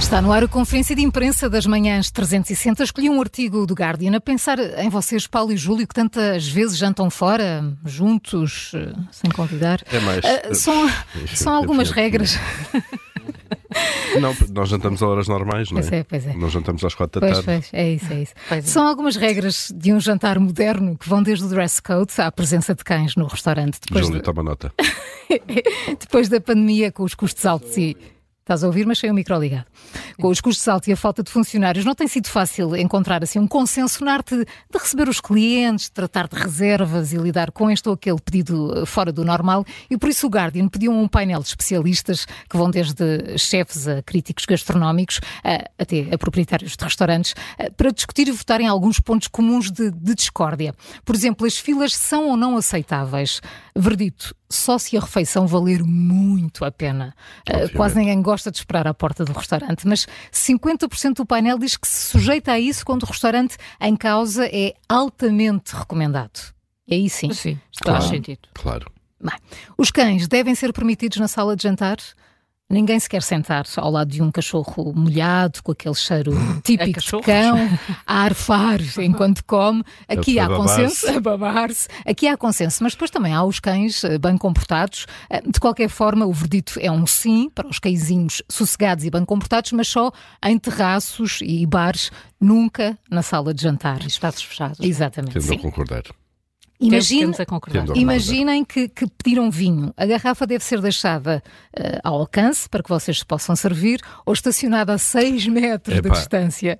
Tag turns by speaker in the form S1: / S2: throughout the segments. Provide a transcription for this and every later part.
S1: Está no ar a conferência de imprensa das manhãs 360. Escolhi um artigo do Guardian a pensar em vocês, Paulo e Júlio, que tantas vezes jantam fora, juntos, eh, sem convidar.
S2: É mais.
S1: Ah, são,
S2: Deixa
S1: são
S2: eu
S1: algumas
S2: ver.
S1: regras.
S2: Não, nós jantamos a horas normais, não é?
S1: Pois é, pois é.
S2: Nós jantamos às quatro da
S1: Pois,
S2: tarde.
S1: pois, é isso, é isso. São algumas regras de um jantar moderno que vão desde o dress code à presença de cães no restaurante. Depois,
S2: Júlio, toma nota.
S1: depois da pandemia, com os custos altos e. Estás a ouvir, mas sem o micro ligado. Com os custos altos e a falta de funcionários, não tem sido fácil encontrar assim um consenso na arte de receber os clientes, de tratar de reservas e lidar com este ou aquele pedido eh, fora do normal. E por isso o Guardian pediu um painel de especialistas que vão desde chefes a críticos gastronómicos, a- até a proprietários de restaurantes, eh, para discutir e votar em alguns pontos comuns de, de discórdia. Por exemplo, as filas são ou não aceitáveis? Verdito, só se a refeição valer muito a pena. Eh,
S2: Obviamente.
S1: Quase ninguém gosta de esperar à porta do restaurante, mas 50% do painel diz que se sujeita a isso quando o restaurante em causa é altamente recomendado. E aí sim.
S3: Sim,
S1: Está.
S3: faz sentido.
S2: Claro.
S1: Os cães devem ser permitidos na sala de jantar? Ninguém se quer sentar ao lado de um cachorro molhado, com aquele cheiro típico de
S3: cachorros?
S1: cão, a arfar enquanto come. Aqui
S2: A- a
S1: há
S2: babar-se.
S1: consenso, a babar-se. Aqui há consenso, mas depois também há os cães eh, bem comportados. Eh, De qualquer forma, o verdito é um sim para os cãezinhos sossegados e bem comportados, mas só em terraços e bares, nunca na sala de jantar.
S3: Espaços fechados.
S1: Exatamente.
S2: Tendo a
S1: Sim.
S2: concordar.
S1: Imagina,
S3: Temos a concordar.
S2: Tendo a-
S1: Imaginem que, que pediram vinho. A garrafa deve ser deixada eh, ao alcance para que vocês se possam servir ou estacionada a 6 metros de
S2: Epá.
S1: distância.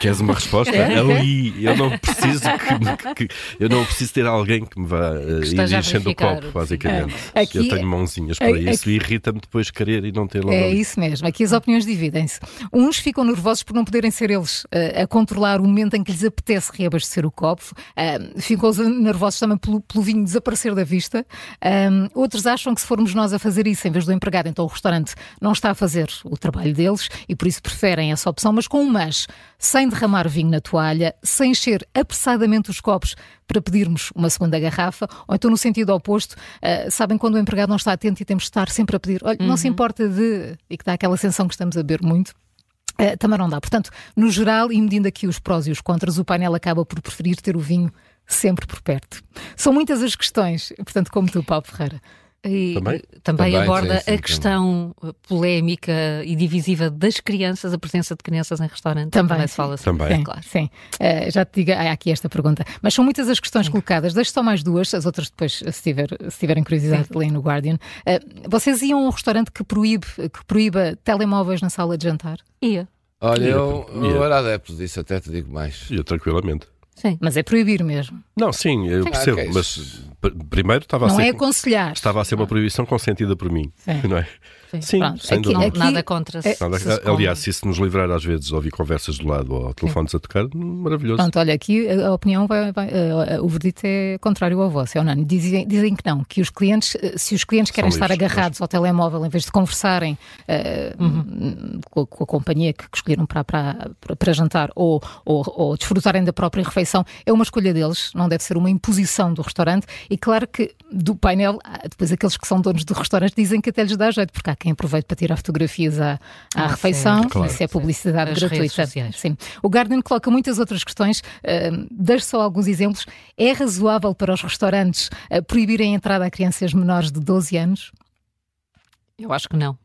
S2: Queres uma resposta?
S3: É.
S2: Ali. Eu não preciso que, que- eu não preciso ter alguém que me vá eh, ir
S3: esteja a
S2: enchendo o
S3: verificar.
S2: copo, basicamente.
S1: É. Aqui-
S2: eu tenho mãozinhas para
S1: é-
S2: isso e irrita-me depois querer e não ter logo.
S1: É
S2: ali.
S1: isso mesmo. Aqui as opiniões dividem-se. Uns ficam nervosos por não poderem ser eles eh, a controlar o momento em que lhes apetece reabastecer o copo. Ah, ficam os nervosos também pelo, pelo vinho desaparecer da vista. Ah, outros acham que se formos nós a fazer isso em vez do empregado, então o restaurante não está a fazer o trabalho deles e por isso preferem essa opção, mas com um mas, sem derramar vinho na toalha, sem encher apressadamente os copos para pedirmos uma segunda garrafa, ou então no sentido oposto, ah, sabem quando o empregado não está atento e temos de estar sempre a pedir, olha, não se importa de. e que dá aquela sensação que estamos a beber muito. Ah, também não dá. Portanto, no geral, e medindo aqui os prós e os contras, o painel acaba por preferir ter o vinho sempre por perto. São muitas as questões, portanto, como tu, Paulo Ferreira.
S3: E
S2: Também?
S3: também,
S2: Também,
S3: aborda
S2: sim, sim,
S3: a questão eh, polémica e divisiva das crianças, a presença de crianças em restaurantes.
S1: Também,
S3: se
S1: sim.
S3: fala assim.
S2: Também.
S1: Sim,
S3: Claro.
S1: sim. Eh, já te digo, há aqui esta pergunta. Mas são muitas as questões colocadas, deixo só mais duas, as outras depois, se, tiver, se tiverem curiosidade, leem no Guardian. Eh, vocês iam a um restaurante que, proíbe, que proíba telemóveis na sala de jantar?
S3: Ia.
S4: Olha,
S2: Ia,
S4: eu,
S2: ia.
S4: eu era adepto disso, até te digo mais.
S2: Eu tranquilamente.
S3: Sim.
S1: Mas é proibir mesmo.
S2: Não, sim, eu percebo,
S4: ok.
S2: mas pr- primeiro estava a
S1: não
S2: ser.
S1: é aconselhar.
S2: Estava a ser uma proibição consentida por mim,
S1: Sim.
S2: não é?
S3: Sim.
S1: Pronto,
S2: sem
S1: aqui-
S2: dúvida.
S3: Não, nada contra. se-
S2: Nada-
S3: se se
S2: Tá, aliás, se isso nos livrar às vezes de ouvir conversas do lado ou telefones a tocar, maravilhoso.
S1: Pronto, olha, aqui a a opinião vai, vai- eh, o verdito é contrário ao vosso, é unânime. Dizem, dizem que não, que os clientes, eh, se os clientes querem estar
S2: livres, Uhum.
S1: agarrados ao telemóvel em vez de conversarem eh, com, a- com a companhia que que escolheram para, para, para- para jantar ou, ou, ou desfrutarem da própria refeição, é uma escolha deles, não deve ser uma imposição do restaurante. E claro que do painel, há depois aqueles que são donos do restaurante dizem que até lhes dá jeito, porque há quem aproveite para tirar fotografias à, à
S3: Ah,
S1: refeição,
S3: certo,
S2: claro.
S1: isso é publicidade
S3: As redes
S1: gratuita.
S3: sociais.
S1: Sim. O Garden coloca muitas outras questões, ahm, deixo só alguns exemplos. É razoável para os restaurantes ah, proibirem a entrada a crianças menores de 12 anos?
S3: Eu acho que não.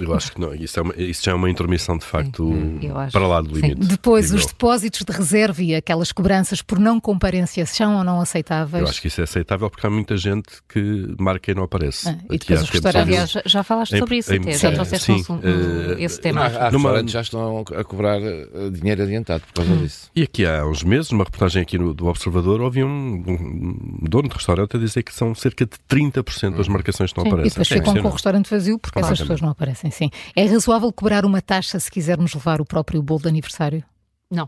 S2: Eu acho que não, isso, é uma- isso já é uma intermissão de facto Uhum.
S3: eu acho.
S2: Hum, para lá do
S3: Sim.
S2: limite.
S1: Depois,
S2: digo
S1: os
S2: eu.
S1: depósitos de reserva e aquelas cobranças por não comparência são ou não aceitáveis?
S2: Eu acho que isso é aceitável porque há muita gente que marca e não aparece.
S1: Ah, e
S2: Aqui
S1: depois
S2: há
S1: os
S2: tempos
S1: restaurantes-
S2: ouvi-
S3: Aliás, já- já falaste
S2: Em-
S3: sobre isso
S2: em-
S3: até. Já
S2: sim,
S3: trouxeste um
S2: sim,
S3: assunn-
S2: eh,
S3: um- esse
S4: Há,
S3: tema.
S4: há
S2: Numa- Hum.
S4: restaurantes já estão a cobrar eh, dinheiro adiantado por causa disso.
S2: E aqui há uns meses, numa reportagem aqui no- do Observador, houve um, um dono de restaurante a dizer que são cerca de 30% das marcações que não
S1: Uhum. E
S2: aparecem.
S1: depois
S2: É
S1: ficam com o
S2: impressionante.
S1: restaurante vazio porque essas
S2: Completamente.
S1: pessoas não aparecem, sim. É razoável cobrar uma taxa se quisermos levar o próprio bolo de
S2: É
S1: aniversário?
S3: Não.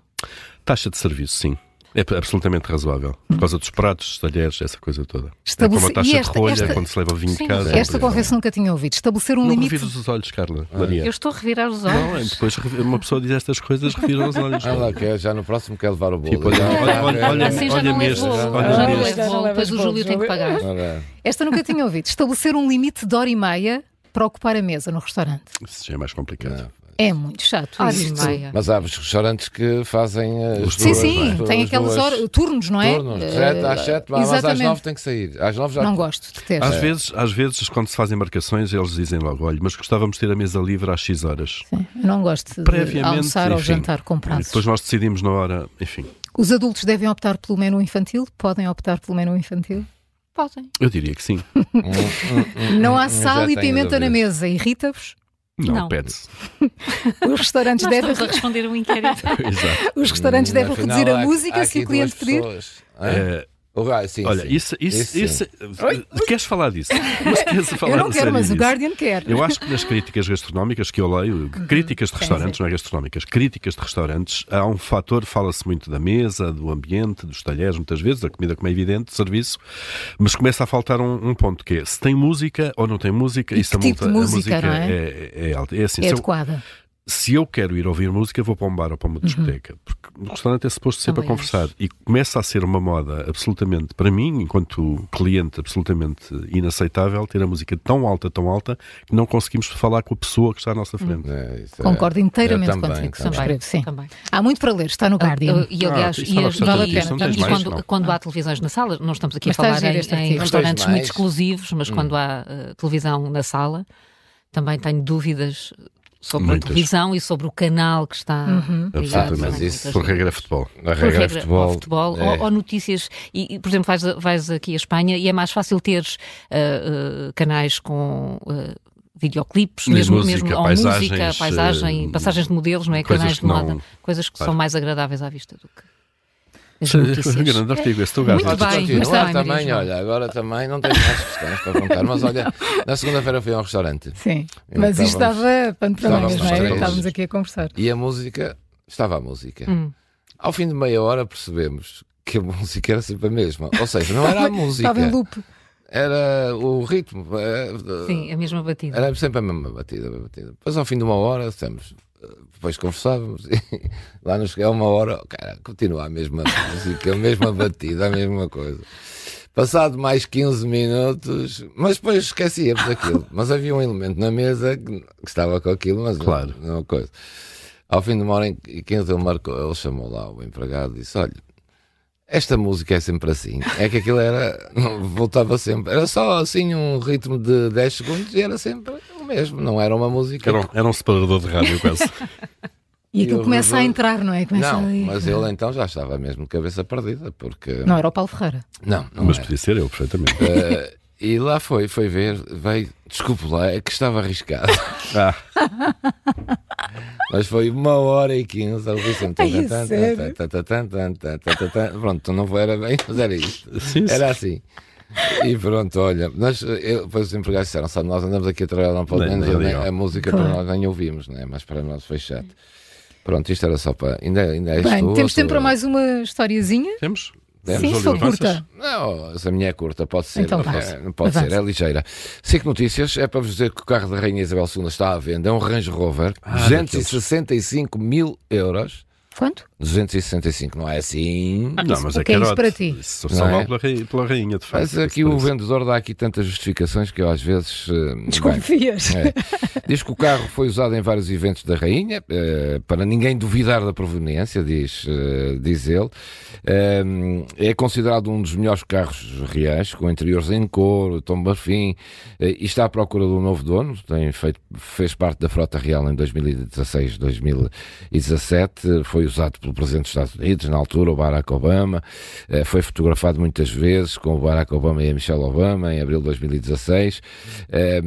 S2: Taxa de serviço, sim. É p- absolutamente razoável.
S1: Uhum.
S2: Por causa dos pratos, dos talheres, essa coisa toda. É como
S1: Estabelece-
S2: a taxa
S1: e
S2: de
S1: esta-
S2: rolha
S1: esta-
S2: quando é se leva vinho
S3: Sim,
S2: de casa.
S3: sim.
S1: Esta conversa nunca tinha ouvido. Estabelecer um
S2: Não
S1: limite
S2: reviras os olhos, Carla.
S3: Eu
S2: Ah, Maria.
S3: estou a revirar os
S2: Não, é,
S3: olhos.
S2: depois revi- uma pessoa diz estas coisas, revira os olhos.
S4: Ah, lá, que já no próximo quer levar o bolo.
S2: Tipo, olha-
S4: Já-
S2: olha- olha- olha-
S3: Assim já não
S2: olha-me
S3: levo.
S2: este,
S3: bolo.
S2: olha-me
S3: Já não é
S1: este.
S3: levo. bolo, Depois o
S1: Olha-me
S3: Júlio tem que pagar.
S4: Ora,
S1: Esta nunca tinha ouvido. Estabelecer um limite de hora e meia para ocupar a mesa no restaurante.
S2: Isso já é mais complicado.
S4: não,
S1: É muito chato.
S3: Hora e
S1: isso.
S3: meia.
S4: Mas há os restaurantes que fazem eh, as
S2: Os
S1: Sim,
S2: é? Duas,
S1: sim,
S4: duas- é?
S1: tem
S4: as
S1: aquelas
S4: duas
S1: horas, turnos, não é?
S4: Turnos, de
S1: Eh,
S4: sete às 7, mas às
S1: exatamente.
S4: 9 tem que sair. Às 9 já.
S1: Não gosto, detesto.
S2: Às vezes, às vezes, quando se fazem marcações, eles dizem logo: olha, mas gostávamos de ter a mesa livre às X horas.
S1: Sim, eu não gosto de
S2: Previamente,
S1: almoçar ou
S2: enfim,
S1: jantar com
S2: E
S1: prazos.
S2: depois nós decidimos na hora, enfim.
S1: Os adultos devem optar pelo menu infantil? Podem optar pelo menu infantil?
S3: Podem.
S2: Eu diria que sim.
S4: Hum, hum, hum,
S1: Não há
S4: hum,
S1: sal
S4: já
S1: e
S4: tenho
S1: pimenta na
S4: dúvidas.
S1: mesa, irrita-vos?
S2: Não,
S3: Não.
S2: pede-se.
S1: Os restaurantes
S3: Nós
S1: devem,
S3: estamos a responder um inquérito.
S2: Exato.
S1: os restaurantes
S4: Hum,
S1: devem
S4: afinal,
S1: reduzir
S4: há-
S1: a música
S4: há
S1: se
S4: aqui
S1: o cliente
S4: duas
S1: pedir?
S4: pessoas. Hã?
S2: Eh,
S4: O ra- sim,
S2: olha,
S4: sim.
S2: isso, isso,
S4: Isso
S2: isso. é- Queres falar disso? Mas queres
S1: Eu
S2: falar a
S1: não
S2: sério
S1: quero, mas o
S2: disso?
S1: Guardian quer. É
S2: Eu acho que nas críticas gastronómicas que eu leio,
S1: Uhum.
S2: críticas de restaurantes, não é gastronómicas, críticas de restaurantes, há um fator, fala-se muito da mesa, do ambiente, dos talheres, muitas vezes, da comida como é evidente, do serviço, mas começa a faltar um, um ponto que é se tem música ou não tem música,
S1: E
S2: isso a
S1: que tipo
S2: multa-
S1: de
S2: a
S1: música, não é?
S2: é, é, alta. É assim,
S1: É
S2: se, eu,
S1: adequada.
S2: se eu quero ir ouvir música, vou para um bar ou para uma
S1: Uhum.
S2: discoteca, porque o restaurante é suposto sempre
S3: Também
S2: a conversar e começa a ser uma moda absolutamente, para mim, enquanto cliente, absolutamente inaceitável ter a música tão alta, tão alta, que não conseguimos falar com a pessoa que está à nossa
S1: Uhum.
S2: frente.
S4: É, isso é-
S1: Concordo inteiramente
S4: também,
S1: contigo.
S4: também.
S1: Subscrevo, sim.
S3: Também.
S1: Há muito para ler, está no Guardian.
S3: Eu- E aliás,
S2: Ah, isto
S3: e,
S2: estava
S3: as-
S2: bastante
S3: vale a
S1: aqui, isto
S3: pena.
S1: não tens
S3: E
S1: mais,
S3: quando,
S2: não.
S3: quando há televisões na sala, não estamos aqui
S1: Mas
S3: a falar
S1: está gira
S3: em,
S1: esta
S3: em
S1: aqui. Não tens
S3: restaurantes
S4: mais.
S3: muito exclusivos, mas quando há eh, televisão na sala, também tenho dúvidas sobre
S2: Muitas.
S3: a televisão e sobre o canal que está
S1: Uhum.
S3: ligado.
S2: Absolutamente.
S4: mas isso-
S2: Por regra é futebol.
S4: A
S3: Por
S4: regra é
S3: regra,
S4: futebol.
S3: ao futebol,
S4: é.
S3: ou, ou notícias, e, e, por exemplo, vais, vais aqui à Espanha e é mais fácil teres ah, ah, canais com ah, videoclipes,
S2: E
S3: mesmo,
S2: música,
S3: mesmo ou
S2: paisagens,
S3: música, paisagem,
S2: eh,
S3: passagens de modelos, não é?
S2: coisas
S3: Canais
S2: que
S3: de moda,
S2: não-
S3: coisas que
S2: Claro.
S3: são mais agradáveis à vista do que as
S2: Um
S3: notícias.
S2: grande artigo, esse teu gajo.
S3: Muito
S4: Mas
S3: bem,
S4: continua
S3: mas está bem,
S4: também,
S3: Maria João.
S4: olha, agora também não tenho mais questões para contar. Mas olha, na segunda-feira fui a um restaurante
S1: Sim.
S4: Eu
S1: Mas isto
S4: estava-
S1: estava pano para
S4: estávamos
S1: mangas, não é?
S4: três.
S1: Estávamos aqui a conversar.
S4: e a música estava a música.
S3: Hum.
S4: Ao fim de meia hora percebemos que a música era sempre a mesma. Ou seja, não era a música,
S1: Estava em loop.
S4: era o ritmo. eh,
S3: Sim, a mesma batida.
S4: Era sempre a mesma batida, a mesma batida. Depois ao fim de uma hora, estamos, eh, depois conversávamos e lá nos cheguei a uma hora, oh, cara, continua a mesma música, a mesma batida, a mesma coisa. Passado mais 15 minutos, mas depois esquecíamos aquilo. Mas havia um elemento na mesa que, que estava com aquilo, mas não-
S2: Claro.
S4: não, coisa. Ao fim de uma hora e 15 ele marcou, ele chamou lá o empregado e disse: Olha, esta música é sempre assim. É que aquilo era. não, Voltava sempre. Era só assim um ritmo de 10 segundos e era sempre o mesmo. Não era uma música.
S2: Era um, era um separador de rádio, quase.
S1: E aquilo
S4: eu
S1: começa a
S4: resolvo-
S1: entrar, não é? Começa
S4: Não,
S1: ali.
S4: mas ele é- então já estava mesmo de cabeça perdida, porque.
S1: Não era o Paulo Ferreira.
S4: Não, não
S1: é.
S2: Mas
S4: era.
S2: podia ser eu, perfeitamente.
S4: Eh, e lá foi, foi ver, veio, desculpe lá, é que estava arriscado.
S2: Ah,
S4: Mas foi uma hora e quinze, ele disse
S1: Ai, é sério?
S4: Pronto, não era bem, mas era isto.
S2: sim, sim.
S4: Era assim. E pronto, olha, nós, eu, depois os empregados disseram, sabe, nós andamos aqui a trabalhar não pode
S2: Nem-
S4: menos,
S2: nem
S4: nem- né?
S2: ligam.
S4: a música
S1: Claro.
S4: para nós nem ouvimos, né? mas para nós foi chato. Pronto, isto era só para. Ainda, ainda és
S1: Bem,
S4: tu,
S1: temos
S4: tu-
S1: tempo para mais uma historiazinha.
S2: Temos?
S4: Temos,
S1: Sim,
S2: Júlio,
S1: sou
S2: avanças?
S1: curta.
S4: Não, essa minha é curta, pode ser.
S1: Então
S4: não
S1: vá.
S4: é, não pode
S1: Avança.
S4: ser, é ligeira. Cinco notícias, é para vos dizer que o carro da Rainha Isabel II está à venda, é um Range Rover,
S2: Ah,
S4: 265 mil euros.
S1: Quanto?
S4: 265, não é assim?
S2: Não, mas
S1: o
S2: é
S1: que é isso
S2: carote.
S1: para ti?
S2: Isso
S4: Não
S2: só
S4: é?
S2: vale pela, rei- pela rainha, de facto.
S4: Mas aqui
S2: Isso
S4: o
S2: parece-
S4: vendedor dá aqui tantas justificações que eu às vezes. eh, bem,
S1: Desconfias.
S4: É. Diz que o carro foi usado em vários eventos da rainha, eh, para ninguém duvidar da proveniência, diz, eh, diz ele. Eh, é considerado um dos melhores carros reais, com interiores em couro, tom marfim, eh, e está à procura de um novo dono. Tem feito, fez parte da frota real em 2016, 2017. eh, Foi usado pelo Presidente dos Estados Unidos, na altura, o Barack Obama. Eh, Foi fotografado muitas vezes com o Barack Obama e a Michelle Obama, em abril de 2016. Eh,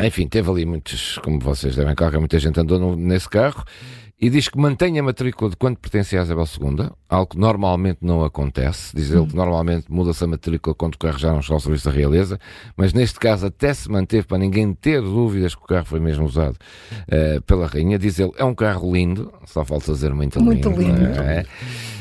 S4: enfim, teve ali muitos, como vocês devem calcular, muita gente andou no- nesse carro e diz que mantém a matrícula de quando pertencia a Isabel II, algo que normalmente não acontece. Diz
S1: Hum.
S4: ele que normalmente muda-se a matrícula quando o carro já não está ao serviço da realeza, mas neste caso até se manteve para ninguém ter dúvidas que o carro foi mesmo usado eh, pela rainha. Diz ele, é um carro lindo, só falta dizer muito,
S1: Muito lindo.
S4: não é?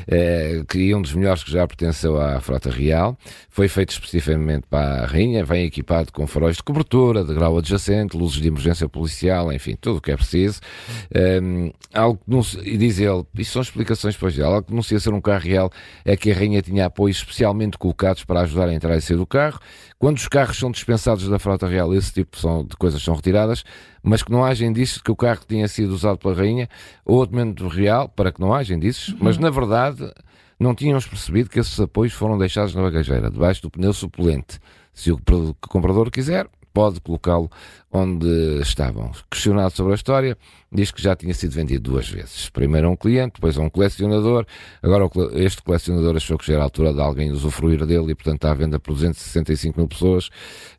S4: eh, que é um dos melhores que já pertenceu à Frota Real. Foi feito especificamente para a Rainha, vem equipado com faróis de cobertura, de grau adjacente, luzes de emergência policial, enfim, tudo o que é preciso. Eh, há algo que não se, e diz ele, isso são explicações para o geral, algo que não se ser um carro real é que a rainha tinha apoios especialmente colocados para ajudar a entrar e sair do carro. Quando os carros são dispensados da frota real, esse tipo são, de coisas são retiradas, mas que não haja indícios de que o carro tinha sido usado pela rainha ou documento real, para que não haja indícios, mas na verdade não tínhamos percebido que esses apoios foram deixados na bagageira, debaixo do pneu suplente. Se o comprador quiser, pode colocá-lo onde estavam. Questionado sobre a história, diz que já tinha sido vendido duas vezes. Primeiro a um cliente, depois a um colecionador. Agora este colecionador achou que já era a altura de alguém usufruir dele e, portanto, está à venda por 265 mil pessoas.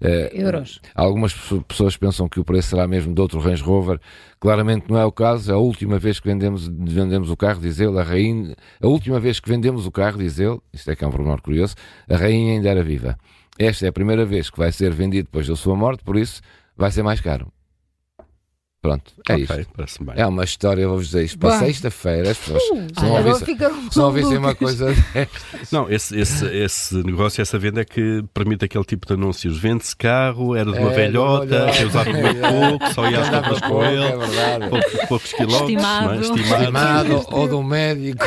S4: é,
S1: Euros.
S4: Algumas pessoas pensam que o preço será mesmo de outro Range Rover. Claramente não é o caso. A última vez que vendemos, vendemos o carro, diz ele, a rainha... A última vez que vendemos o carro, diz ele, isto é que é um pormenor curioso, a rainha ainda era viva. Esta é a primeira vez que vai ser vendido depois da sua morte, por isso vai ser mais caro. Pronto, é
S2: Ok,
S4: isto.
S2: parece-me bem.
S4: É uma história, vou-vos dizer isto. Para
S1: Bem.
S4: sexta-feira, as pessoas se não
S1: Agora um
S4: ouvissem-
S1: ficaram
S4: se não ouvissem uma
S1: malucas.
S4: coisa.
S2: Não, esse, esse, esse negócio, essa venda é que permite aquele tipo de anúncios. Vende-se carro, era de uma
S4: É, de uma
S2: velhota, que usava muito
S4: velhota.
S2: pouco, só ia às
S4: Andava
S2: compras com
S4: pouco,
S2: ele.
S4: é verdade.
S2: poucos, poucos quilómetros,
S3: Estimado.
S2: não é? estimado.
S4: Estimado ou de um médico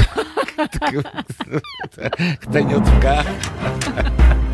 S4: que, que tenha outro carro.